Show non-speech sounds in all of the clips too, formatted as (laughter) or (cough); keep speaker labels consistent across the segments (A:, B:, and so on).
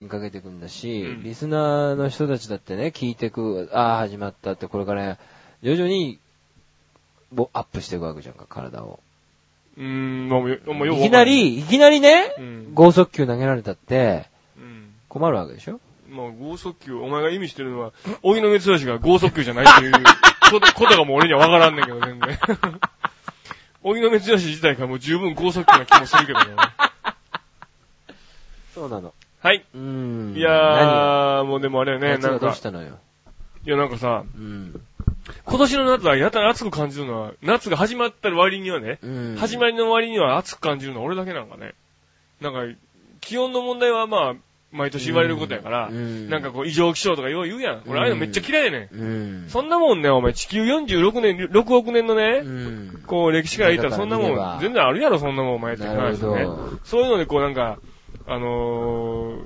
A: にかけてくんだし、
B: うん
A: リスナーの人たちだってね、聞いてく、ああ、始まったって、これから、徐々に、ぼアップしていくわけじゃんか、体を。
B: うーん、もう、もうよく
A: い
B: わ
A: き
B: かん
A: な、り、いきなりね、
B: うん
A: 剛速球投げられたって、
B: うん。
A: 困るわけでしょ
B: まあ、剛速球、お前が意味してるのは、お井上剛が剛速球じゃない
A: (laughs)
B: っていうことことがもう俺にはわからんねんけど、全然。 (laughs) お井上剛自体がもう十分剛速球な気もするけどね。
A: (laughs) そうなの。
B: はい。
A: うーん。
B: いやー、もうでもあれ
A: 何
B: ね、
A: 夏
B: な
A: が
B: ん
A: どう
B: か
A: し、たのよ。
B: いやなんかさ、
A: うん。
B: 今年の夏はやたら暑く感じるのは、夏が始まった割にはね、
A: うん。
B: 始まりの割には暑く感じるのは俺だけなんかね。なんか、気温の問題はまあ、毎年言われることやから
A: う、ん。
B: なんかこう異常気象とかよう言うやん。俺ああいうのめっちゃ嫌いやねん。
A: うん。
B: そんなもんね、お前、地球46年、6億年の
A: う
B: ね、
A: ん。
B: こう歴史から言ったらそんな
A: だから
B: も
A: 見れば
B: ん、全然あるやろ、そんなもん、お前って
A: なる
B: 話
A: ほ
B: ね。
A: ど。
B: そういうので、こうなんか、あのー、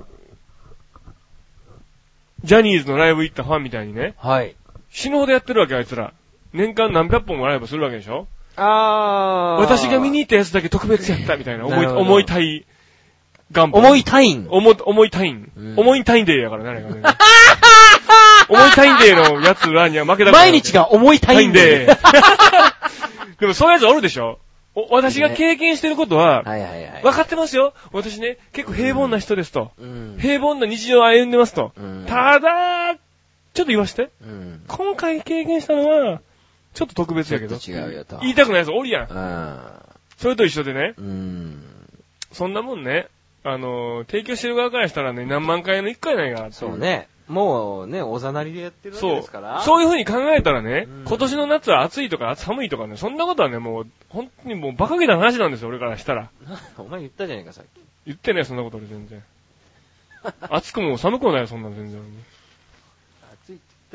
B: ジャニーズのライブ行ったファンみたいにね、
A: はい。
B: 死ぬほどやってるわけ、あいつら。年間何百本もライブするわけでしょ
A: あー。
B: 私が見に行ったやつだけ特別やったみたいな、思、
A: ないるほど
B: 思いたい、願望。
A: 重い単位。
B: 思い、思いたいん
A: うん。
B: 思いたいんデーやからね、あ
A: (laughs)
B: れがね。思いたいんデーのやつらには負けたくない
A: 毎日が重い単位で。
B: (laughs) でもそういうやつおるでしょお私が経験してることは、
A: はいはいはい。
B: 分かってますよ。私ね、結構平凡な人ですと。
A: うん。
B: 平凡な日常を歩んでますと。
A: うん
B: ただ、ちょっと言わして。
A: うん。
B: 今回経験したのは、ちょっと特別やけど。
A: ちょっと違うよと
B: 言いたくないやつおるやん。
A: あ
B: それと一緒でね、
A: ーうん。
B: そんなもんね、あのー、提供してる側からしたらね、何万回の一回ないから。
A: そう。ね。もうね、おざなりでやってるわけ
B: そ
A: で
B: う
A: すから。。
B: そういう風に考えたらね
A: うん、
B: 今年の夏は暑いとか寒いとかね、そんなことはね、もう、本当にもう馬鹿げな話なんですよ、俺からしたら。
A: (laughs) お前言ったじゃないか、さっき。
B: 言ってねえ、そんなこと俺全然。
A: (laughs)
B: 暑くも寒くもないよ、そんなの全然。
A: 暑いって言ったじ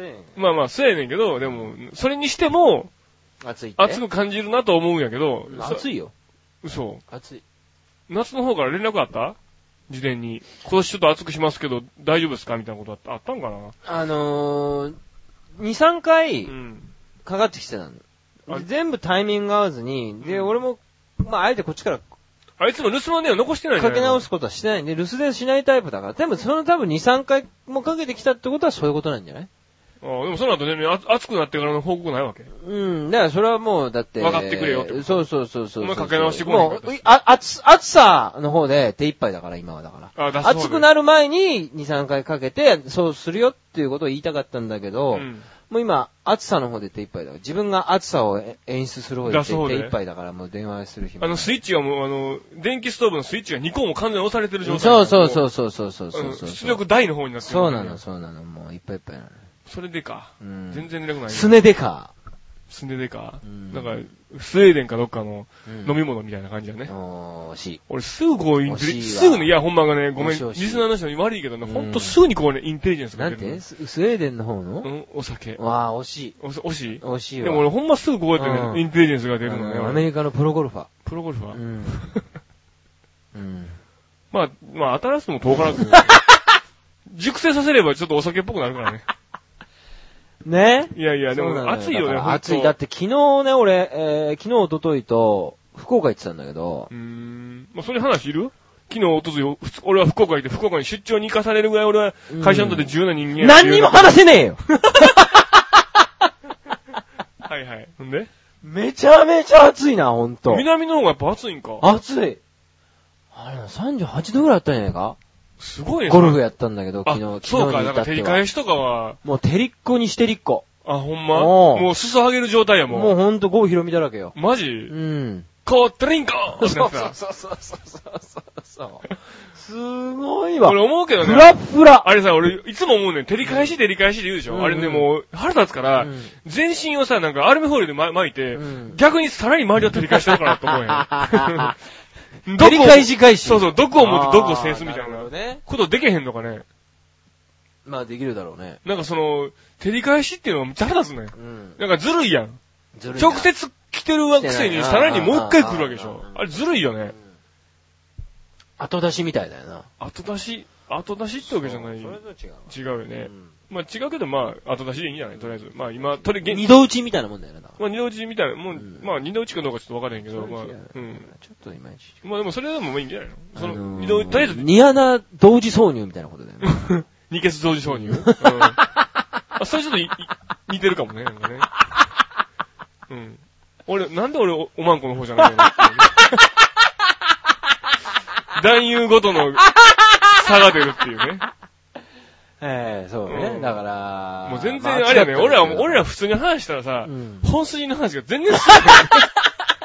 A: ゃないか。
B: まあまあ、そうやねんけど、でも、それにしても、
A: 暑いって。
B: 暑く感じるなと思うんやけど、
A: 暑いよ。
B: 嘘。
A: 暑い。
B: 夏の方から連絡あった事前に。今年ちょっと暑くしますけど、大丈夫ですかみたいなことあったあったんかな
A: あのー、2、3回
B: うん。
A: かかってきてた
B: あ
A: の。全部タイミング合わずに、で、
B: うん
A: 俺も、まあ、あえてこっちから
B: あいつも留守番電話残してないんじゃ
A: かけ
B: ないの
A: 直すことはしてないんで、留守電しないタイプだから、多分その多分2、3回もかけてきたってことはそういうことなんじゃない
B: ああでもその後全然あ暑くなってからの報告ないわけ。
A: うん、だからそれはもう、だって。
B: 分かってくれよってこと
A: そうそうそうそうそう。
B: お前かけ直してこな
A: も
B: かった
A: う、あ、暑、暑さの方で手一杯だから、今はだから。
B: ああ、出す方で
A: 暑くなる前に2、3回かけて、そうするよっていうことを言いたかったんだけど、
B: うん。
A: もう今、暑さの方で手一杯だから、自分が暑さをえ演出する方で
B: 出す方
A: 手
B: で
A: 一杯だから、もう電話する暇
B: あの、スイッチがもう、あの、電気ストーブのスイッチが2個も完全に押されてる状態。。
A: そうそうそううそうそうそう
B: あ
A: そう
B: の
A: そう。
B: 出力大の方になってる。
A: そうなの、。そうなの、もういっぱいいっぱいなの。
B: それでか。
A: うん。
B: 全然連絡ない。
A: すねでか。
B: すねでか
A: う。ん
B: なんか、スウェーデンかどっかの飲
A: み
B: み物みたいな感じだね。
A: おー、しい。
B: 俺すぐこうインテ
A: 惜
B: リ、
A: しいわ
B: すぐね、いやほんまがね、ごめん、
A: 惜しい惜しい
B: リスナーの人に悪いけどね、
A: うん
B: ほんとすぐにこうね、インテリジェンス
A: な
B: が
A: ん
B: 出る。
A: てススウェーデンの方の
B: うん、お酒。
A: わあ、惜しい。
B: お惜しい
A: 惜しい
B: で
A: わ。
B: も俺ほんますぐこうやって
A: うん
B: ね、インテリジェンスが出るの
A: あ
B: ね
A: のアメ
B: 俺。
A: リカのプロゴルファ
B: プロゴルファ
A: ー。う
B: ー。
A: ん。うん。
B: まあ、まあ、当たらすのも遠からず。熟成させればちょっとお酒っぽくなるからね。
A: ね
B: いやいや、で
A: そうな
B: も
A: の
B: 暑いよ
A: だ
B: ね、
A: か
B: ほん
A: ら
B: と
A: 暑い。だって昨日ね、俺、えー、昨日、一昨日と、福岡行ってたんだけど
B: う、ーん。まあ、そういう話いる昨日、おとつい、ふつ俺は福岡行って、福岡に出張に行かされるぐらい俺は会社にとって自由な人間や
A: 何にも話せねえよ
B: はいはい。ほんで
A: めちゃめちゃ暑いな、ほんと。
B: 南の方がやっぱ暑いんか。
A: 暑い。あれな、38度ぐらいあったんじゃないか
B: すごいね。
A: ゴルフやったんだけど、
B: あ
A: 昨日、昨
B: そう
A: 日
B: か、
A: に
B: だ
A: 至
B: か
A: っ
B: ら照
A: て
B: り
A: は。
B: 返しとかは、
A: もう、照りっこにしてりっこ。
B: あ、ほんま
A: おう
B: もう裾上げる状態や
A: もう
B: も
A: ほんと郷ひろみだらけよ。
B: ん。マ
A: う
B: ジ
A: ん。
B: 変わってりんか
A: そう
B: って
A: そ
B: なっ
A: う
B: てた
A: そうそうそうそうそう。すごいわ。
B: 俺思うけど
A: ふ
B: ね。
A: らふら。
B: あれさ、俺、いつも思うねん。照り返し、照り返しで言うでし
A: うんう
B: ょ。
A: ん
B: あれね、もう、腹立つから
A: うん、
B: 全身をさ、なんかアルミホイルでま巻いて
A: うん、
B: 逆にさらに周りを照り返してるからと思
A: (laughs)
B: うやん。
A: 照り返し返し。
B: そうそう、毒を持って毒を制
A: 制
B: すみたい
A: なる
B: な
A: ほどね。
B: ことできへんのかね。
A: まあできるだろうね。
B: なんかその、照り返しっていうのはめっちゃ腹立つね。
A: うん。
B: なんかずるいやん。
A: ずるいな
B: 直。接来てるくせに、さらにもう一回来るわけでしょ。あれずるいよ
A: うん
B: ね。
A: 後出しみたいだよな。
B: 後出し。後出しってわけじゃない。
A: そう
B: 違
A: それと違うわ。
B: うよね。まあ違うけど、まあ後出しでいいんじゃないとりあえず。まあ今、とり
A: う
B: あ
A: ん。
B: えず
A: 二
B: 現、
A: 度打ちみたいなもんだよね、だから。
B: まあ二度打ちみたいな、もう、
A: うん
B: まあ二度打ちかどうかちょっとわからへんけど、まあ、。
A: そうれ違うんちょっといまいち。
B: まあでもそれでもいいんじゃないのそ
A: あ
B: の、
A: ー
B: 二度、とりあえず
A: ニアナ同時挿入みたいなことだよね。
B: 二ケツ同時挿入。うん。
A: (laughs)
B: あ、それちょっといい似てるかもね、なんかね。うん。俺、なんで俺お、おまんこの方じ
A: (laughs)
B: ゃないのっていうね男優ごとの差が出るっていうね。
A: ええ、そう
B: う
A: ね。
B: ん
A: だから、
B: もう全然、あれやね、俺ら、俺
A: ら、
B: ら普通に話したらさ
A: う、ん
B: 本筋の話が全
A: (laughs)
B: 然してな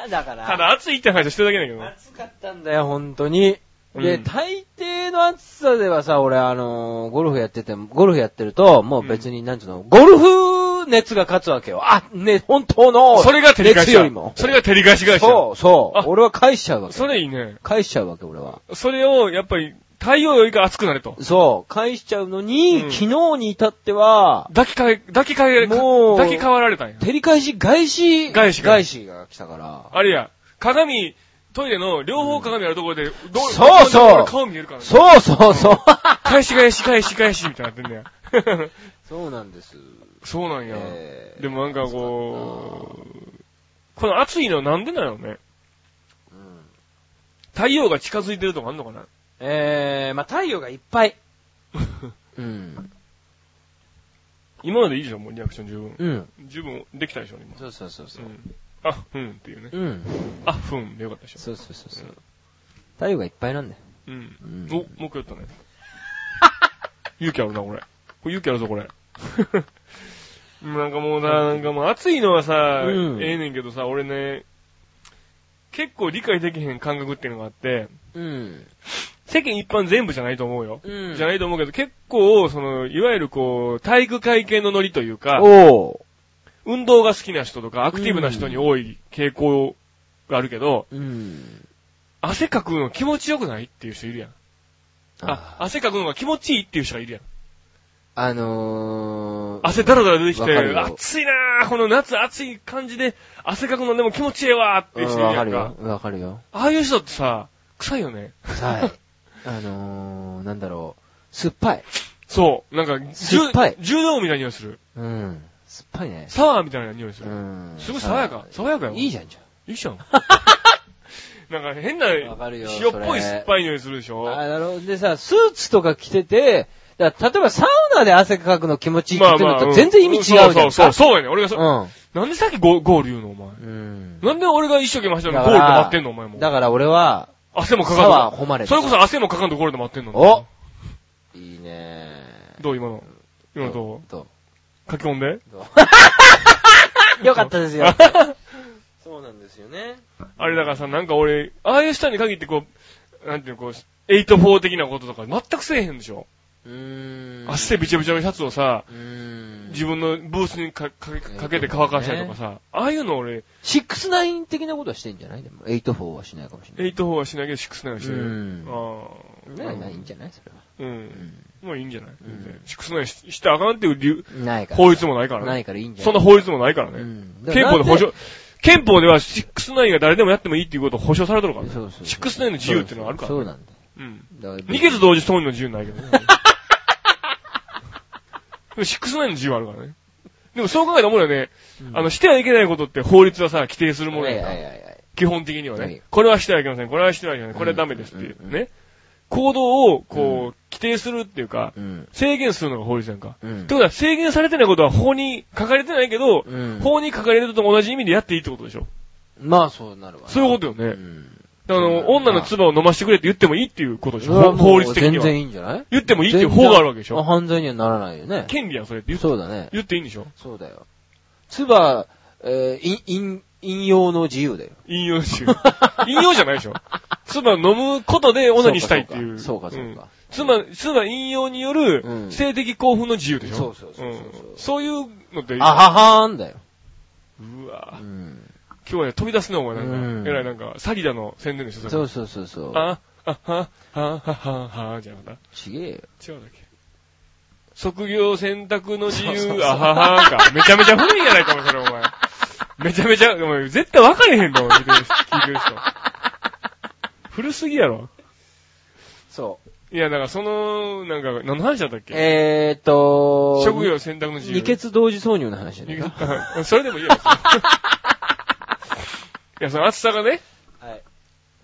B: い。
A: だから、
B: (laughs) ただ暑いって話をしてるだけだけどね。
A: 暑かったんだよ、本当に。で、
B: うん
A: 大抵の暑さではさ、俺、あのーゴルフやってても、ゴルフやってると、もう別に、なんつうの、ゴルフ熱が勝つわけよ。あ、ね、本当の、
B: それが照り返
A: 熱
B: し
A: よりも
B: だ。。それが照り返し返しだ。
A: そう、そう
B: あ。
A: 俺は返しちゃうわけ。
B: それいいね。
A: 返しちゃうわけ、俺は。
B: それを、やっぱり、太陽よりが熱くなれと。
A: そう、返しちゃうのに、
B: うん
A: 昨日に至っては、
B: 抱きかえ、抱きかえ、
A: もう
B: 抱き変わられたんや。
A: 照り返し、返し、
B: 返しが
A: 返しが来たから。
B: あれや、鏡、トイレの両方鏡あるところで、ど
A: そうそう
B: どこで顔見えるからね。
A: そうそうそう。
B: 返し返し返し返しみたいになってんねや。 (laughs)
A: そうなんです。
B: そうなんや。
A: えー
B: でもなんかこう、この暑いのはなんでなのね。
A: うん
B: 太陽が近づいてるとかあんのかな (laughs)
A: えー、まあ太陽がいっぱい。うん。
B: 今までいいじゃん、もうリアクション十分。
A: うん。
B: 十分できたでしょ、今。
A: そうそうそうそうう。
B: ん。あ、ふんっていうね。
A: うん。
B: あ、ふんでよかったでしょ。
A: そうそうそうそう
B: うん。
A: 太陽がいっぱいなんだよ。
B: うん
A: う。
B: お、も
A: ん。
B: う一回やった
A: (laughs)
B: ね。勇気あるな、これ。これ勇気あるぞ、これ。 (laughs) なんかもうな、なんかもう暑いのはさ、
A: うん
B: ええねんけどさ、俺ね、結構理解できへん感覚っていうのがあって、
A: うん。
B: 世間一般全部じゃないと思うよ。
A: うん。
B: じゃないと思うけど、結構、その、いわゆるこう、体育会系のノリというか、
A: おー。
B: 運動が好きな人とか、アクティブな人に多い傾向があるけど、
A: うん。
B: 汗かくの気持ちよくないっていう人いるやん。あ、
A: あ、
B: 汗かくのが気持ちいいっていう人がいるやん。
A: あのー、
B: 汗だらだら出てき
A: わかる
B: て、
A: よ
B: 暑いなぁ、この夏暑い感じで、汗かくのでも気持ちええわーっていう
A: うん
B: 人い
A: わ
B: るや
A: か
B: ん
A: る
B: か
A: よ。。わかるよ。
B: ああいう人ってさ、臭いよね。
A: はい。 (laughs) あのー、なんだろう。酸っぱい。
B: そう。なんか、じゅ
A: 酸っぱい
B: 柔道みたいな匂いする。
A: うん。酸っぱいね。
B: サワーみたいな匂いす
A: う
B: る。
A: ん。
B: すごい爽やか。爽やかよ。
A: いいじ
B: ゃ
A: ゃんじゃ
B: ん。いいじゃん。 (laughs) なんか変な、
A: ん。わかるよ。
B: 塩
A: そ
B: っぽ
A: れ
B: い酸っぱい匂いするでしょ。
A: あなるほど。でさ、スーツとか着てて、だから例えばサウナで汗かくの気持ちいいって言ってるのと全然意味違うじゃん。
B: そうそうそう、そうやねん。俺がそ、
A: う
B: なんでさっきゴゴール言うの、お前。
A: ん。
B: なんで俺が一生懸命走ったのにゴールで待ってんの、お前も。
A: だから俺は、
B: 汗も
A: サ
B: かかん
A: ワ
B: の
A: ー誉れて
B: それこそ汗もかかんとゴールで待ってんの。
A: おいいね
B: どう今の今のど
A: ど
B: う書き込んで
A: うどう (laughs) よかったですよ。そうなんですよね。
B: あれだからさ、なんか俺、ああいう人に限ってこう、なんていうの、こう、8-4的なこととか全くせえへんでしょ。
A: うーん。
B: 汗びちゃびちゃのシャツをさ、
A: うーん。
B: 自分のブースにかかかけて乾かしたりとかさ、ああいうの俺、
A: シックスナイン的なことはしてんじゃないでも、8-4はしないかもしれない。
B: 8-4はしないけど6-9はして
A: う
B: る。
A: ん。
B: あ
A: な
B: あ。
A: いないいんじゃないそれは。
B: う。
A: うんん
B: まあいいんじゃない
A: うん
B: 6-9ししてあかんっていう理由、
A: ないから。
B: 法律もないから
A: な
B: ね。
A: いからいいんじゃ
B: そ
A: ない
B: んな法律もないからね。
A: うん
B: 憲法で保障、憲法では6-9が誰でもやってもいいっていうことを保障されてるからね。
A: そうそう
B: シックスナインの自由っていうのはあるからね
A: そうなんだ。
B: うん。
A: だから
B: 二ケツ同時投入の自由ないけどね。でも、シックスナインの自由はあるからね。でも、そう考えたらもんよね、
A: うん
B: あの、してはいけないことって法律はさ、規定するもの
A: はい
B: やか
A: はい
B: ら、
A: はいはい。
B: 基本的には
A: は
B: ね
A: い。
B: これはしてはいけません、これはしてはいけません、これはダメですっていううんね。行動を、こ
A: う
B: う、規定するっていうか、
A: うん。
B: 制限するのが法律やんか。
A: う
B: っ
A: ん
B: て。ことは、制限されてないことは法に書かれてないけど、
A: うん
B: 法に書かれてると同じ意味でやっていいってことでしょ。
A: まあそうなるわな。
B: そういうことよ
A: う
B: ね。
A: ん。
B: だからあの、女の唾を飲ましてくれって言ってもいいっていうことでし
A: それは
B: ょ。
A: もう
B: 法律的には。
A: 全然いいんじゃない
B: 言ってもいいっていう法があるわけでし
A: あ
B: ょ
A: 犯罪にはならないよね。
B: 権利やん、それって言って
A: そうだね。
B: 言っていいんでしょ
A: そうだよ。つば、えー、い引、引用の自由だよ。
B: 引用し引用じゃないでしょ妻飲むことでオナにしたいっていう。
A: そうかそうか。
B: うん。妻、妻引用による
A: うん
B: 性的興奮の自由でしょ
A: そうそうそうそうそうん
B: そういうのって、
A: あははーんだよ。
B: う
A: う
B: わぁ
A: ん。
B: 今日はね、飛び出すな、お前な
A: うんん
B: か。えらいなんか、サリダの宣伝でしょ、。
A: そううそうそうそう。
B: あ、あ、は、は、は、は、は、じゃなかっ
A: ちげえよ。
B: た違うだっけ。職業選択の自
A: そうそう
B: 由、
A: そう
B: あははか。めちゃめちゃ古いやないかも、それ、お前。めちゃめちゃ、お前、絶対分かれへんの、聞いてる人。古すぎやろ。
A: そ
B: いや、だからその、なんか、何の話だったっけ
A: えーっと、
B: 職業選択の自由。
A: 二血同時挿入の話じゃない
B: 二
A: か。
B: 血 (laughs) それで (laughs) もいいや。別にいや、その暑さがね、
A: はい。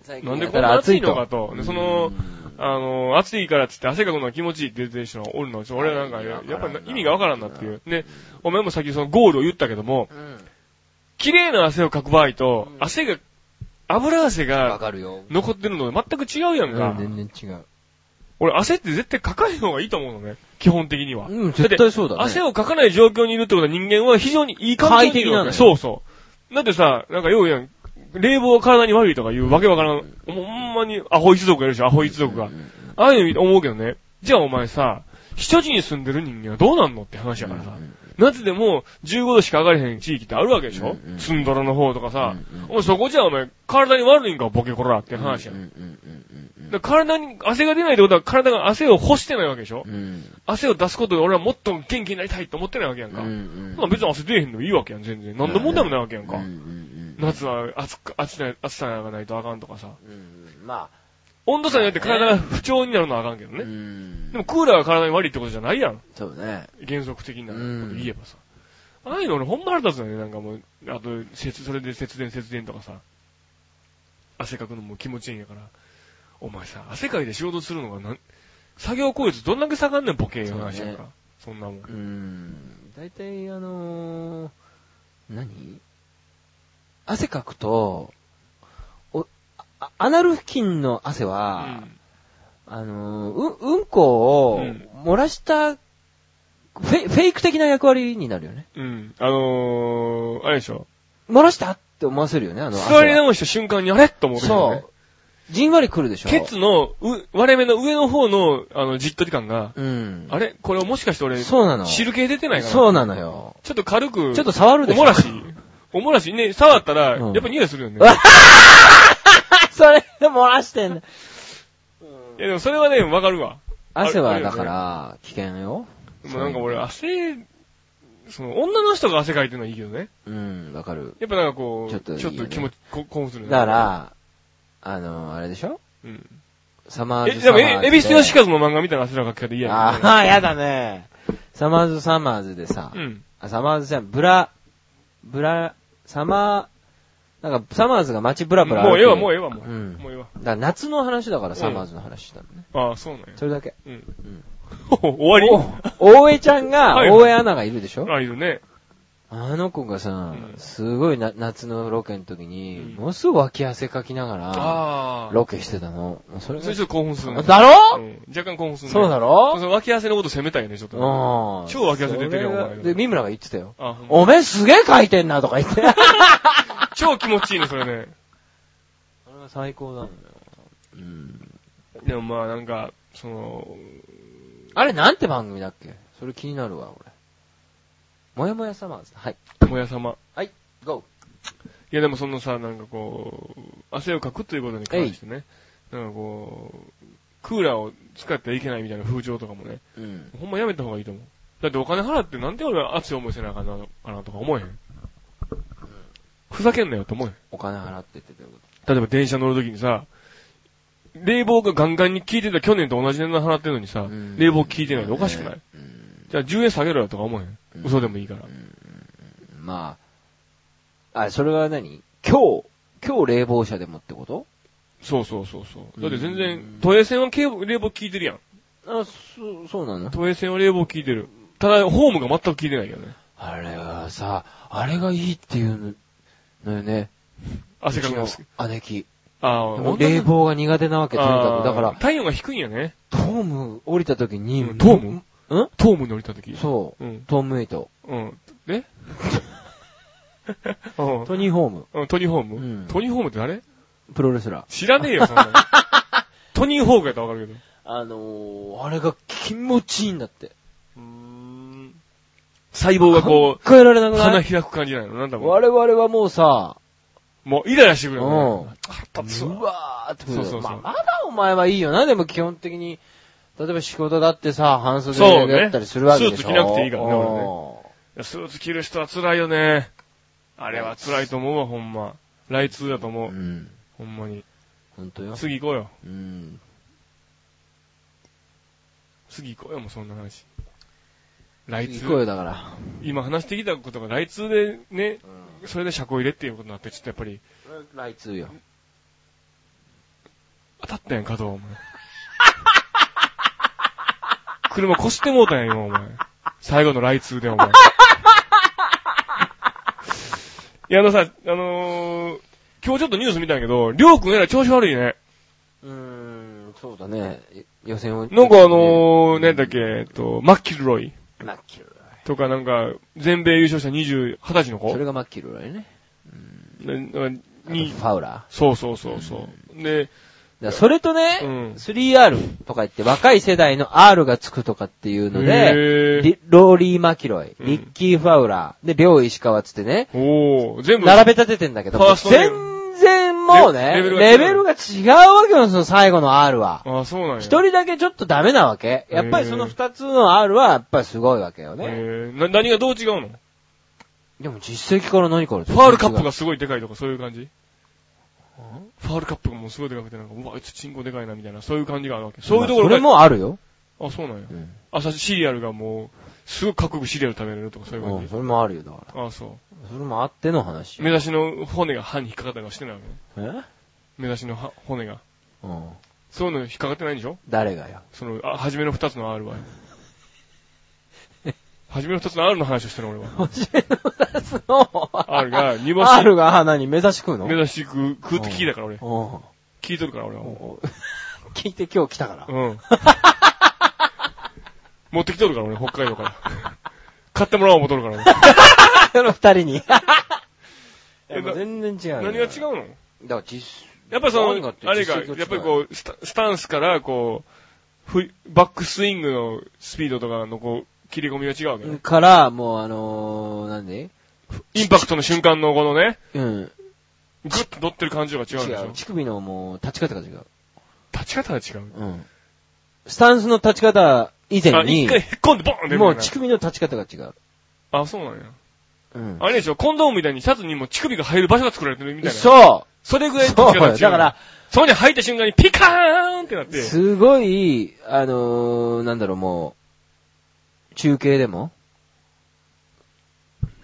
A: 最
B: なんで
A: だ
B: こ
A: か
B: ん
A: ら
B: な暑い
A: と
B: のかと。でその、あの、暑いからってって汗かくのが気持ちいいって言ってる人がおるの。ちょ俺はなんか、
A: はい
B: や
A: わからんな
B: やっぱり意味がわからんなっていう。で、お前もさっきそのゴールを言ったけども、
A: うん。
B: 綺麗な汗をかく場合と
A: う、ん
B: 汗が、油汗
A: わ
B: が
A: かるよ。
B: 残ってるのと全く違うやん
A: うん
B: か。
A: 全然違う。
B: 俺汗って絶対かかない方がいいと思うのね。基本的には。
A: うん、絶対そうだね。
B: 汗をかかない状況にいるってことは人間は非常にいい環境にいる
A: 快適な
B: わけ
A: のよ
B: そうそう。だってさ、なんかようやん、冷房は体に悪いとかいうわけわからん、もうほんまにアホ一族がいるでしょ、アホ一族が。ああいうの思うけどね。じゃあお前さ、人地に住んでる人間はどうなんのって話やからさ。夏でも15度しか上がれへん地域ってあるわけでしょ
A: うんうん
B: ツンドラの方とかさ。
A: うんうん
B: お前そこじゃあお前、体に悪いんか、ボケコラって話や。
A: うんんう
B: だか
A: んうん
B: ら体に汗が出ないってことは体が汗を干してないわけでしょ
A: うんうん
B: 汗を出すことで俺はもっと元気になりたいと思ってないわけやんか。
A: うん
B: まあ別に汗出えへんでもいいわけやん、全然。何の問題もないわけやんか。
A: うんうんうん
B: 夏は暑く、暑さ、暑さがないとあかんとかさ。
A: うんま
B: 温度差によって体が不調になるのはあかんけど
A: あ、う
B: ね。
A: ん
B: でもクーラーが体に悪いってことじゃないやん。
A: そうね。
B: 原則的なこと言えばさ。ああいうの俺ほんま腹立つよね、なんかもう。あと、節、それで節電節電とかさ。汗かくのも気持ちいいんやから。お前さ、汗かいて仕事するのがなん、作業効率どんだけ下がんねん、ボケいう話やんか。そんなもん
A: う。ん。大体、あのー、何汗かくと、お、あアナル付近の汗は、あのー、う、うんこを
B: うん
A: 漏らした、フェイフェイク的な役割になるよね。
B: うん。うん。あのー、あれでしょ。
A: 漏らしたって思わせるよね、あの汗は。
B: 座り直した瞬間にあれと思うけどね。
A: そう。じんわりくるでしょ。
B: ケツのう割れ目の上の方の、あの、じっとり感が、
A: うん。
B: あれこれもしかして俺、
A: そうなの。
B: 汁気出てないかな
A: そうなのよ。
B: ちょっと軽く、
A: ちょっと触るで
B: お
A: しょ。
B: もらし、おもらしね、触ったら、
A: うん
B: やっぱ匂いするよね。
A: わ (laughs) それで漏らしてんだ。
B: いやでもそれはね、わかるわ。
A: 汗はだから、危険よ。
B: もうなんか俺、汗、その、女の人が汗かいてるのはいいけどね。
A: うん、わかる。
B: やっぱなんかこう、
A: ちょっといい
B: ち
A: よ
B: ょっ
A: ね
B: と気持ち、こ興奮する
A: だか
B: ね
A: ら、あの、あれでしょ
B: うん。
A: サマー
B: え、
A: ズ
B: で
A: サマ
B: も、
A: ーズ
B: え、エビステヨシカズの漫画みたいな汗のかき方嫌や
A: あ
B: ね。
A: あ、 (laughs) やだね。サマーズサマーズでさ
B: う、ん。
A: あサマーズじゃん、ブラ、ブラ、サマー、なんか、サマーズが街ブラブラ
B: もうええわ、もうえ
A: え
B: えわ、もう。
A: うん
B: もうええわ。
A: だから夏の話だから、
B: ん
A: サマーズの話したのね。
B: ああ、そうなんや。
A: それだけ。
B: うん。
A: うん。
B: 終わ
A: お大江ちゃんが、
B: (laughs) はい
A: 大江アナがいるでしょ
B: りあ、いるね。
A: あの子がさ
B: う、ん
A: すごいな夏のロケの時に、
B: うん
A: ものすごい脇汗かきながら、
B: ああ。
A: ロケしてたの。それ
B: そ
A: が
B: れちょっと興奮するね。
A: だろ、
B: うん若干興奮するね。
A: そうだ
B: そ
A: ろ
B: うそう脇汗のこと責めたいよね、ちょっとね。
A: うん。
B: 超脇汗出てるよ
A: それが
B: お前
A: で、三村が言ってたよ。
B: あほんま
A: おめえすげえ書いてんなとか言って。
B: 超気持ちいいね、それね。
A: あれは最高なのよ。うん。
B: でもまあなんか、その、
A: あれなんて番組だっけそれ気になるわ、俺。もやもやサマーズ。はい。
B: もや様。
A: GO!
B: いやでもそのさ、なんかこう、汗をかくということに関してね、なんかこう、クーラーを使ってはいけないみたいな風潮とかもね、
A: うん。
B: ほんまやめた方がいいと思う。だってお金払ってなんで俺は熱い思いせなあかんのかなとか思えへん。ふざけんなよと思えへん。
A: お金払ってってどういうこ
B: 例えば電車乗るときにさ、冷房がガンガンに効いてた去年と同じ値段払ってるのにさ、
A: うん
B: 冷房効いてないのおかしくない、
A: とうん。
B: じゃあ10円下げろよとか思えへん。
A: うん
B: 嘘でもいいから。
A: まあ。あ、それは何今日、今日冷房車でもってこと
B: そうそうそうそう。だって全
A: う
B: 然
A: ん、
B: 都営線はけ冷房効いてるやん。
A: あ、そう、そうなの
B: 都営線は冷房効いてる。ただ、ホームが全く効いてないけどね。
A: あれはさ、あれがいいっていうのよね。
B: 汗かくの
A: うちの姉貴。
B: あ
A: で
B: ー
A: も
B: 温暖
A: 冷房が苦手なわけ、とにか
B: あー
A: く。だから、
B: 体温が低いんやね。
A: トーム降りた時に
B: う、んトーム
A: ん
B: トームに降りた時。。
A: そう
B: うん
A: う。。トームエイト。
B: うん。
A: (laughs)
B: えうん
A: トニーホーム。
B: うんトニーホーム、
A: うん
B: トニーホームって誰
A: プロレスラー。
B: 知らねえよ、そんな
A: (laughs)
B: のトニーホークやったらわかるけど。
A: あのー、あれが気持ちいいんだって。
B: うーん細胞がこ
A: 考えられな
B: う、
A: くな
B: 花
A: い
B: 開く感じなの。なんだろ
A: 我々はもうさ、
B: う。もう、イライラしてく
A: う
B: る
A: ん。
B: よね。
A: う
B: 腹立つわ
A: わーってくる
B: そうそうそう
A: まあまだお前はいいよな、でも基本的に。例えば仕事だってさ、半袖
B: そうね
A: だったりするわけでしょ。
B: スーツ着なくていいからね俺ね
A: うん
B: スーツ着る人は辛いよね。あれは辛いと思うわ、ほんま。来通だと思
A: う
B: う。
A: ん。
B: ほんまに。
A: ほんとよ。
B: 次行こうよ。
A: うん。
B: 次行こうよ、もうそんな話。来
A: 行こう
B: 通。
A: よ、だから。
B: 今話してきたことが来通でね、それで車庫入れっていうことになって、ちょっとやっぱり、
A: 来通よ。
B: 当たったやん、加藤、
A: (laughs)
B: お前。車こしてもうたやん、今、お前。最後の来通
A: (laughs)
B: で、お前。いや、あのさ、あのー、今日ちょっとニュース見たんやけど、りょうくんえらい調子悪いね。
A: うーん、そうだね。予選を。
B: なんかあのー、なんだっけ、えっと、マッキルロイ
A: マッキル
B: とかなんか、全米優勝した20、20歳の
A: ロイ。
B: 子
A: それがマッキルロイね。
B: ね
A: あ
B: に
A: と、ファウラ
B: そうそうそうそう。
A: ー。
B: で、
A: だからそれとね、
B: うん
A: 3R とか言って若い世代の R がつくとかっていうので、
B: へー
A: リローリー・マキロイ、
B: うん
A: リッキー・ファウラー、で、りょう石川つってね、
B: おー、全部、
A: 並べ立ててんだけど、
B: ファーストネー
A: 全然もうね、
B: レ
A: レ
B: レベ
A: ベ
B: ルが違う
A: ルが違うわけよ、その最後の R は。
B: あ、そうなんや。
A: 一人だけちょっとダメなわけ。やっぱりその二つの R はやっぱりすごいわけよね。
B: えーな何がどう違うの
A: でも実績から何から
B: ファールカップがすごいでかいとかそういう感じファールカップがもうすごいでかくてなんか、うわ、あいつチンコでかいなみたいな、そういう感じがあるわけ。そういうところ
A: それ
B: が、
A: もあるよ。
B: あ、そうなんや
A: う。ん。
B: あ、さシリアルがもう、すごく各国シリアル食べれるとかそういう
A: う
B: 感
A: ん
B: じ。
A: それもあるよ、だか
B: あ、そ
A: ら。それもあっての話
B: う。。目指しの骨が歯に引っかかったりはしてないわけね。
A: え
B: 目指しの歯骨が。
A: うん。
B: そういうの引っかかってないんでしょ
A: 誰がよ。
B: その、あ、初めの二つの R は。初めの二つの R の話をしてる俺は。
A: 初めの出すの
B: R が煮干し、
A: R が鼻に目指し食うの
B: 目指し食う、食うって聞いたから俺。
A: うん
B: 聞いとるから俺は。
A: 聞いて今日来たから。
B: うん。 (laughs) 持ってきとるから俺、北海道から。買ってもらおう思とるから俺。
A: その二人
B: (laughs)
A: に。い
B: え
A: やもう全然違うよ。
B: 何が違うの
A: だから実、
B: やっぱりそ
A: 何
B: の
A: が、
B: あれが、
A: 実績
B: やっぱり
A: 違う
B: こう、スタスタンスから、こう、ふいバックスイングのスピードとかのこう、切り込みが違うわけね。
A: から、もうあのー、なんで
B: インパクトの瞬間のこのね、
A: うん。
B: グッと乗ってる感じとか違うん
A: 違
B: でし
A: う。
B: ょ
A: 乳首のもう、立ち方が違う。
B: 立ち方が違う。
A: うん。スタンスの立ち方以前
B: あ、一
A: に、
B: 回へっこんでボーンって
A: も
B: 出
A: う
B: る
A: 乳首の立ち方が違う。
B: あ、そうなんや。
A: うん。
B: あれでしょ、コンドームみたいにシャツにも乳首が入る場所が作られてるみたいな。
A: そ
B: それぐ
A: う
B: らいの
A: そ
B: 立
A: う
B: ち方が違
A: よ
B: う。
A: だから、、
B: そこに入った瞬間にピカーンってなって。
A: すごい、あのー、なんだろう、もう、中継でも、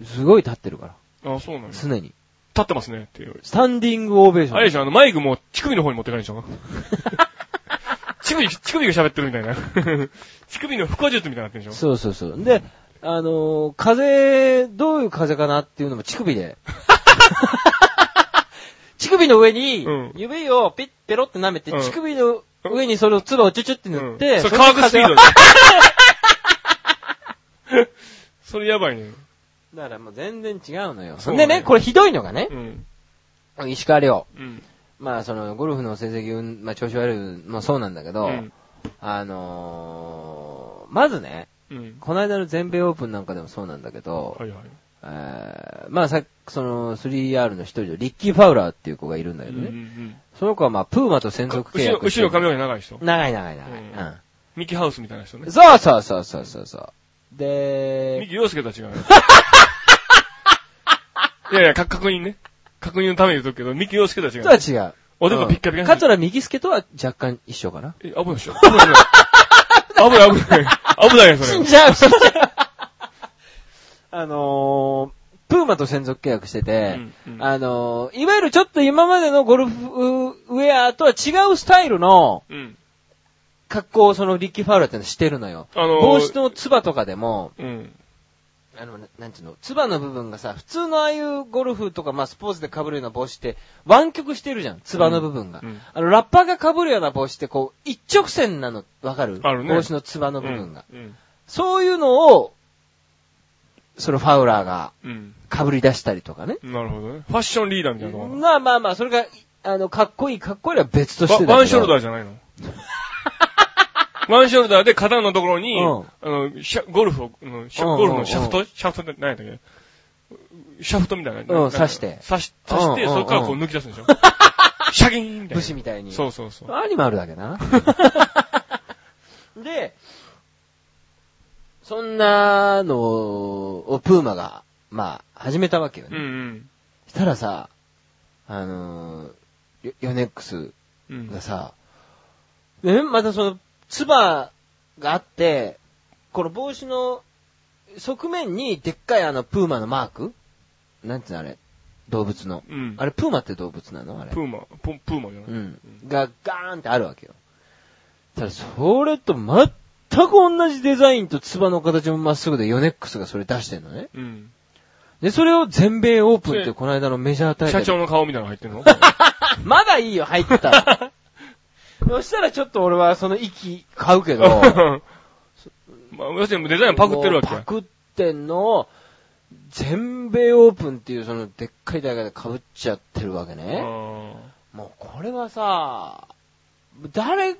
A: すごい立ってるから、
B: あ、そうなんや。立
A: 常に。
B: ってますねっていう。
A: スタンディングオベーション。
B: あれでしょ、あの、マイクも乳首の方に持ってかないでしょ乳首、乳首が喋ってるみたいな。 (laughs) 乳首の不幸術みたいになってるでしょ
A: (laughs) そうそうそう。で、あのー、風、どういう風かなっていうのも乳首で。
B: (laughs)
A: 乳首の上に
B: うん、
A: 指をピッペロって舐めて、
B: うん
A: 乳首の上にそれを唾をチュチュって塗って、
B: うんそ
A: れ
B: れ
A: で
B: 乾くスピー
A: 風 (laughs)
B: ドで
A: が。
B: それやばいね。
A: だからもう全然違うのよ。
B: そう
A: で
B: ね
A: ね、これひどいのがね
B: う、ん。
A: 石川遼。
B: うん。
A: まあその、ゴルフの成績うん、まあ調子悪いのもそうなんだけど、
B: うん。
A: あのー、まずね、
B: うん。
A: この間の全米オープンなんかでもそうなんだけど、
B: はいはい。
A: えーまあさ、その 3R の一人のリッキー・ファウラーっていう子がいるんだ
B: う
A: け
B: ん
A: ど
B: うん
A: ね。
B: うん。
A: その子はまあ、プーマと専属契
B: 後ろ、
A: 約して
B: 後
A: る
B: ろ髪の毛長い人。
A: 長い長い長い。
B: うんミキハウスみたいな人
A: う
B: ね
A: ん。。そうそうそうそうそうそう。
B: ミ
A: で、
B: キ洋介とは
A: (laughs)
B: 違うよ。いやいや、か確認ね。確認のために言うとくけど、ミキ洋介とは違う
A: とは。違う。
B: おでこピッカピカになってる
A: カツラ右助とは若干一緒かな。
B: え、危ないでしょ。危ない危ない。危ない
A: (laughs)
B: 危ない。危ないよ、そ
A: 死ん
B: れ。
A: じゃう、死んじゃう。あのー、プーマと専属契約してて、
B: うんうん
A: あのー、いわゆるちょっと今までのゴルフウェアとは違うスタイルの
B: うん。
A: 格好をそのリッキー・ファウラーってのしてるのよ。
B: あのー
A: 帽子のツバとかでも、
B: うん。
A: あの、ななんていうの、ツバの部分がさ、普通のああいうゴルフとか、まあスポーツで被るような帽子って、湾曲してるじゃん、ツバの部分が。
B: うんうん
A: あの、ラッパーが被るような帽子って、こう、一直線なの、わかる
B: あるね
A: 帽子のツバの部分が。
B: うん。
A: そういうのを、そのファウラーが
B: うん。
A: 被り出したりとかね。
B: うんなるほどね。ファッションリーダーみたいなのかな
A: まあまあまあ、それが、いあの、かっこいい、かっこいいは別としてだけど
B: わワンショルダーじゃ
A: (laughs)
B: ないのワンショルダーで肩のところに、
A: うん
B: あの、シャゴルフを、うんシャゴルフのシャフトシャフトって何やったっけシャフトみたいな。
A: うん刺して
B: 刺し、刺して、
A: うんうんうん
B: そこからこう抜き出す
A: (laughs)
B: んでしょシャギーンみたいな。
A: 武士みたいに。
B: そうそうそう。
A: アニマルだけど
B: (laughs)
A: な。で、そんなのをプーマが、まあ、始めたわけよ
B: う
A: ね。
B: ん
A: したらさ、あのーヨヨネックス
B: うん。うん
A: が。さ、えまたその、ツバがあって、この帽子の側面にでっかいあのプーマのマークなんていうのあれ動物の。
B: うん。
A: あれプーマって動物なのあれ。
B: プーマ、ポン、プーマじゃない。
A: うん。がガーンってあるわけよ。ただ、それと全く同じデザインとツバの形もまっすぐでヨネックスがそれ出してんのね。
B: うん。
A: で、それを全米オープンってこの間のメジャー大会
B: 社
A: で。
B: 長の顔みたいなの入ってんの
A: まだいいよ、入ってたら。 (laughs) そしたらちょっと俺はその息買うけど。
B: (laughs) まあ、要するにデザインパクってるわけ
A: もう
B: や
A: (laughs) パ。クってんのを、全米オープンっていうそのでっかい大会で被っちゃってるわけ
B: う
A: ね。
B: ん
A: もうこれはさ、誰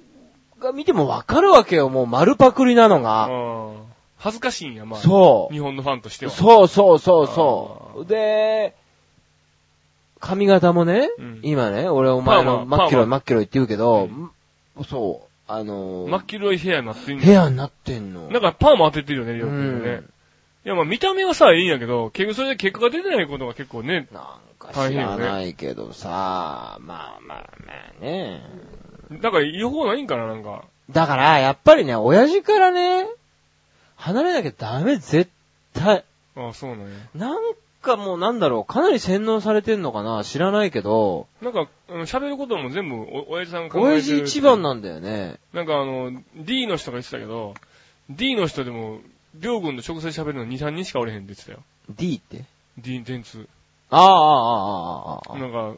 A: が見てもわかるわけよ、もう丸パクリなのが。
B: うん恥ずかしいんや、まあ。
A: そう。
B: 日本のファンとしては。
A: そうそうそうそう。で、髪型もね、
B: うん
A: 今ね、俺お前の
B: パーマ
A: マッキロイマッキロイって言うけど、
B: う
A: そう、あのー
B: マッキロイヘアになってんの
A: ヘアになってんの。
B: なんかパーマ当ててるよね、リオ
A: う
B: 君
A: ん
B: ね。いや、まあ見た目はさ、いいんやけど、結局それで結果が出てないことが結構ね、
A: なんか知らないけどさ、まあまあまあね。
B: なんか違法ないんかな、なんか。
A: だから、やっぱりね、親父からね、離れなきゃダメ、絶対。
B: ああ、そうなんや。
A: なんかもうなんだろう、かなり洗脳されてんのかな知らないけど、
B: なんか、うん喋ることも全部お、親父さんが考えてる。
A: 親父一番なんだよね。
B: なんかあの、D の人が言ってたけど、D の人でも、りょうくんと直接喋るの2、3人しかおれへんって言ってたよ。
A: D って。
B: D、電通。
A: ああ、ああ、ああ、ああ。
B: なんか、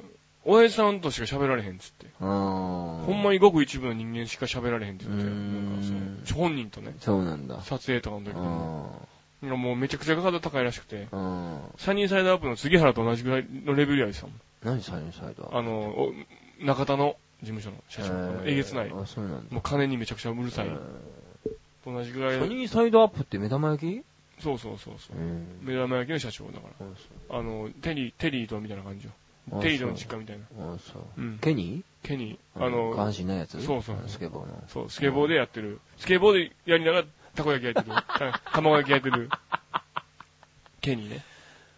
B: 親父さんとしか喋られへんっつって。
A: うーん。
B: ほんまにごく一部の人間しか喋られへんって言ってたよ。
A: うーん
B: なんかその、本人とね、
A: そうなんだ。
B: 撮影とかの時
A: う
B: とかも
A: ん。
B: なんかもうめちゃくちゃ価格高いらしくて、
A: うん。
B: サニーサイドアップの杉原と同じぐらいのレベルやでしたもん。
A: 何サイドサイドは
B: あの、お中田の事務所の社長、
A: ー
B: えげつない。
A: あ、そうなんだ。
B: もう金にめちゃくちゃうるさい。
A: うん
B: と同じぐらい
A: ソ
B: の。
A: ニーサイドアップって目玉焼き
B: そうそうそうそう。
A: ん。
B: 目玉焼きの社長だか
A: あそう
B: ら。あの、テリー、テリーとみたいな感じよ。
A: あ
B: テリーとの実家みたいな。
A: あそう。
B: うん。
A: ケニ
B: ケニー、
A: ー
B: あ
A: 下
B: の、
A: 半身ないやつ
B: そうそう
A: スケボーの。
B: そう、スケボーでやってる。スケボーでやりながら、たこ焼き焼いてる。た卵焼き焼い
A: (laughs)
B: てる。ケニーね。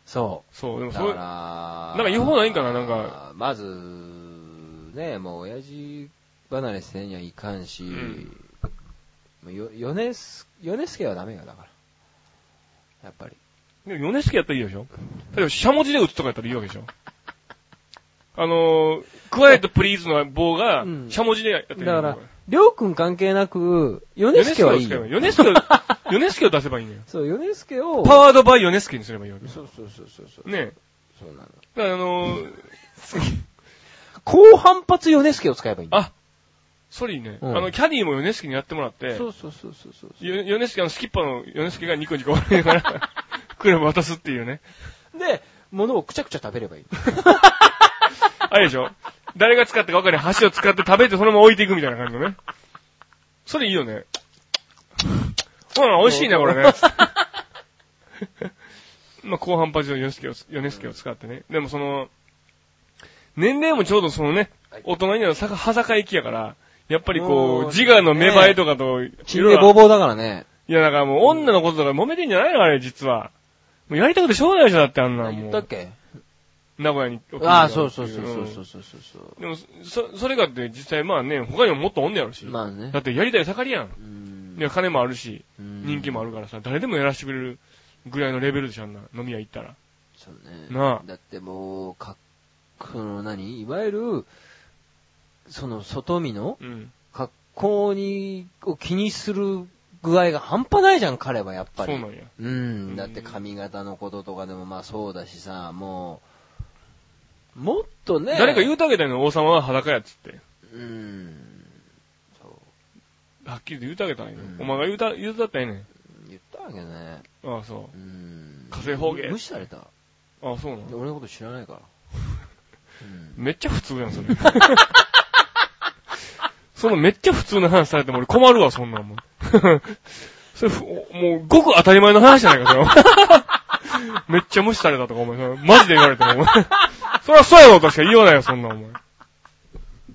A: そ
B: そう、で
A: う。
B: も
A: だ
B: そ
A: から
B: う、、なんか違法ないんかななんか。
A: まず、ね、もう親父離れせんにはいかんし、
B: うん
A: もうよ、ヨネス、ヨネスケはダメよ、だから。やっぱり。
B: でも、ヨネスケやったらいいでしょ例えば、しゃもじで打つとかやったらいいわけでしょあのー、クワイエットプリーズの棒が
A: う、ん
B: しゃもじでやってる。
A: だから、りょうくん関係なく、ヨネスケはいいよ。
B: ヨネスケを、
A: (laughs)
B: ヨネスケを出せばいいんだよ。
A: そう、ヨネスケを、
B: パワードバイヨネスケにすればいいわけ
A: そうそうそうそうそう。
B: ね
A: そうなの。
B: え。だからあのー、
A: 高反発ヨネスケを使えばいいんだ
B: あソリーね、
A: うん
B: あの、キャディもヨネスケにやってもらって、
A: そうそうそうそうそう。
B: ヨヨネスケ、あの、スキッパーのヨネスケがニコニコ笑いなが
A: (laughs)
B: ら、クラブ渡すっていうね。
A: で、物をくちゃくちゃ食べればいい。
B: (laughs) あれでしょ誰が使ったか分かんない箸を使って食べてそのまま置いていくみたいな感じのね。それいいよね。うん、美味しいね、こ
A: (laughs)
B: れね。まあ、後半パジのヨネスケを、ヨネスケを使ってね。でもその、年齢もちょうどそのね、大人になるさはざか行きやから、やっぱりこ
A: もう
B: う、自我の芽生えとかと、い
A: ちん
B: ろい
A: で
B: ろ
A: ぼうぼうだからね。
B: いや、だからもう女のこととか揉めてんじゃないのあれ、実は。もうやりたくてしょうがないでしょ、だってあんなの
A: 言
B: も
A: ったっ
B: う。
A: け
B: 名古屋に。
A: ああ、そうそうそうそうそううんそうそう。
B: でも、そ、それがって実際まあね、他にももっとおんねやろし。
A: まあね
B: だ。ってやりたい盛りやん。
A: うん
B: いや、金もあるし、人
A: 人
B: 気もあるからさ、誰でもやらせてくれるぐらいのレベルでしょ、あんな。飲み屋行ったら。
A: そうね。
B: なあ
A: だってもう、かその何いわゆる、その外見の
B: うん。
A: 格好に、を気にする具合が半端ないじゃん、彼はやっ
B: そ
A: ぱ
B: う
A: り。
B: なんや。
A: うん。だって髪型のこととかでもまあそうだしさ、もう、もっとね。
B: 誰か言
A: う
B: うてあげたいの、王様は裸やっつって。
A: うん。そう。
B: はっきりと言うてあげたいの
A: うん。
B: お前が言うた、言うたったらええねん。
A: 言ったわけね。
B: ああ、そう
A: ーん。
B: 火星方言
A: 無視された。
B: う。ああ、そうなの。
A: 俺のこと知らない
B: (laughs)
A: から。
B: めっちゃ普通やん、それ。 (laughs) そのめっちゃ普通な話されても俺困るわ、そんなん (laughs) もん。それふ、おもう、ごく当たり前の話じゃないか、それは (laughs) めっちゃ無視されたとか、お前、それマジで言われても、お前。 (laughs) そりゃそうやろとしか言わないよ、そんなん、お前。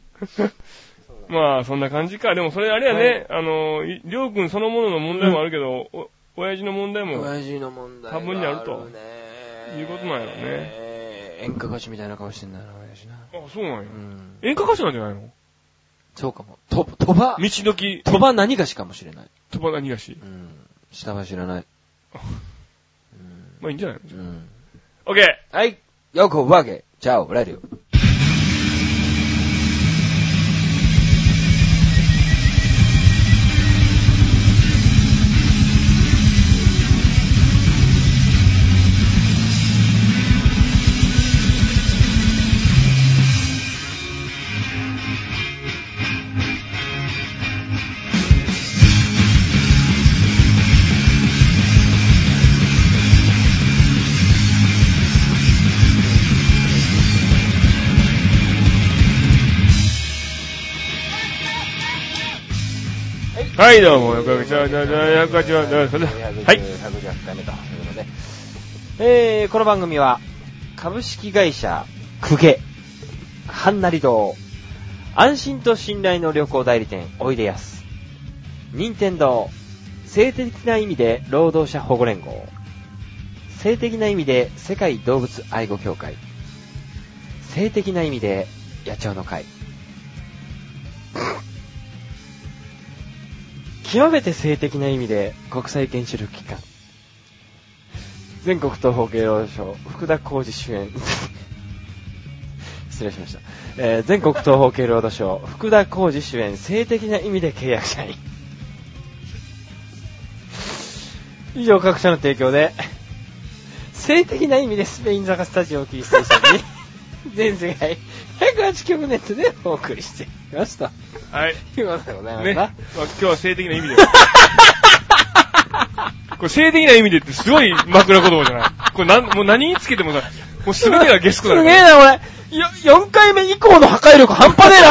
B: (laughs) まあ、そんな感じか。でもそれあれやね、あの、いりょうくんそのものの問題もあるけど、お、親父の問題も、
A: 親父の問題
B: 多分にあると
A: ね
B: いうことなんやろうね。
A: 演歌歌手みたいな顔してんだよな、親父な。
B: あ、そうなんや
A: う。ん。
B: 演歌歌手なんじゃないの
A: そうかも。と、とば
B: 道、のき、
A: とば何がしかもしれない。
B: とば何がし
A: う。ん。下は知らない。
B: まあいいんじゃない
A: うん。うん。
B: オッケー
A: はい。よくわけ。チャオ、ラディオ。
B: はい、どうも、よくわけちゃう、な、な、よくわけちゃう、な、それはい。
A: 110回目ということで。えー、この番組は、株式会社、クゲ、ハンナリ堂、安心と信頼の旅行代理店、おいでやす、任天堂、性的な意味で労働者保護連合、性的な意味で世界動物愛護協会、性的な意味で野鳥の会、極めて性的な意味で国際原子力機関。全国東方芸能賞、福田浩二主演。 (laughs) 失礼しました。えー全国東方系労働省、福田浩二主演、性的な意味で契約社員。以上各社の提供で、性的な意味でスペイン坂スタジオをキーステーションに、全世界108局ネットでお送りしていますと。
B: はい。
A: ということでございます
B: ね。ま
A: な
B: あ、今日は性的な意味で。 (laughs) これ性的な意味でってすごい枕言葉じゃないこれなん、もう何につけてもさ、もう全てがゲスコだ
A: (laughs) す
B: よ
A: げえ
B: ね。
A: な、俺。よ、4回目以降の破壊力半端ねえ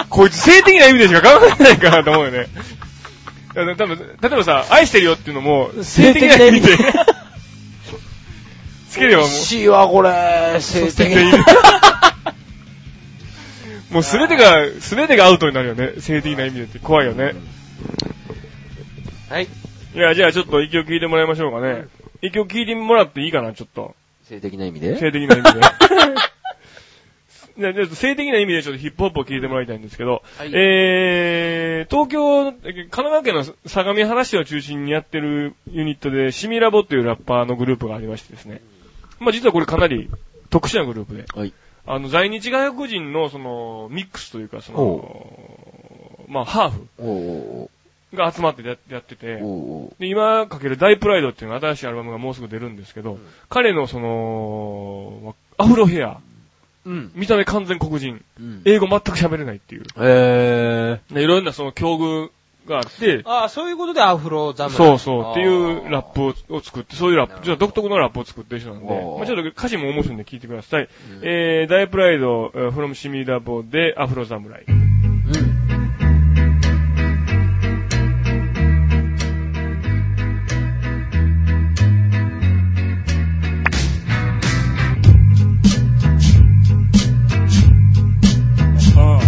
A: な、
B: こいつ性的な意味でしか考えないかなと思うよね。だから多分例えばさ、愛してるよっていうのも、
A: (laughs)
B: 性的な意味でつければも
A: 美味
B: (laughs)
A: しいわ、これ。性的な意味。
B: う、もう全てが、全てがアウトになるよね。性的な意味でって怖いよね。
A: はい。
B: いや、じゃあちょっと一曲聴いてもらいましょうかね。一曲聴いてもらっていいかな、ちょっと。
A: 性的な意味で
B: 性的な意味で。ねちょっと性的な意味でちょっとヒップホップを聞いてもらいたいんですけど、
A: (laughs) はい
B: えー、東京、え神奈川県の相模原市を中心にやってるユニットで、シミラボっていうラッパーのグループがありましてですね。まあ実はこれかなり特殊なグループで、
A: はい。
B: あの、在日外国人のその、ミックスというか、その、まあハーフ
A: おお
B: が集まってややってて、
A: おお
B: で、今かける大プライドっていうのが新しいアルバムがもうすぐ出るんですけど、彼のその、アフロヘア、
A: うん。
B: 見た目完全黒人、
A: うん。
B: 英語全く喋れないっていう。
A: え
B: でいろんなその境遇があって
A: ー。、ああ、そういうことでアフロザム。
B: そうそうっていうラップをを作って、そういうラ
A: な
B: ッ
A: るほ
B: プ、
A: ど
B: ちょっと独特のラップを作ってる人なんで、
A: おー
B: まあちょっと歌詞も面白いんで聞いてください。
A: うん
B: えー、大プライド、えー from シミラボでアフロ侍。
A: うん。
C: Uh.
B: Ah.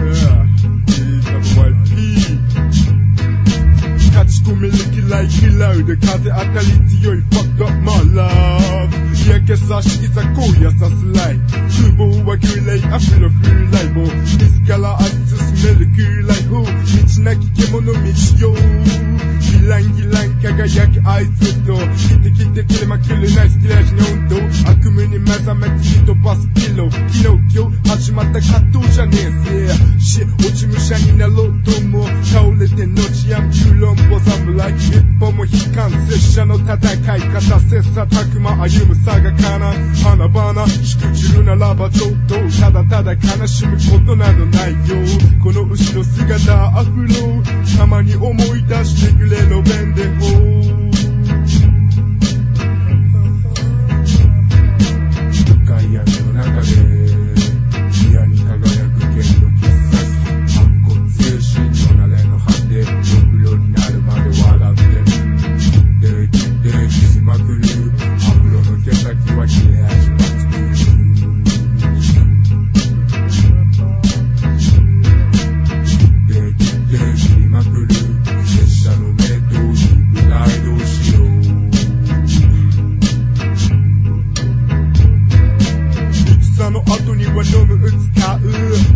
B: Yeah.
C: He's a wild pig. Catch coming looking like killer The cat atality yo, he fucked up my love Yeah, guess I shit is a cool, yes, that's like Chubo, I kill like, I feel a feel like, oh This gala, I just smell a cool like, oh Mitch naki kemono, mitch yo Gilan, gilan, kagayaki, eyes with door Kitte, kitte, kill my kill, nice, kill, I know, though 悪夢に目覚めき飛ばすピロー昨日今日始まった葛藤じゃねえぜし落ち武者になろうと思う倒れて後やん中論ボ侍一歩も悲観拙者の戦い方切磋琢磨歩むさがかな花々しくじるならば上等ただただ悲しむことなどないよこの後ろ姿アフロたまに思い出してくれロベンデホー深い闇の中で宮に輝く剣の必殺反骨精神の慣れの果て食料になるまで笑ってできて切りまくるアフロの毛先は切れ味抜群で切って切りまくる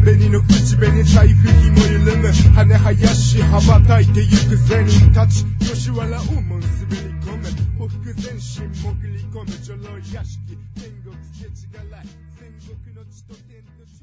C: 口の口紅財布紐緩む羽生やし羽ばたいてゆく銭たち吉原をも滑り込むほふく前進潜り込む女郎屋敷天国世知がい全国の地と天の地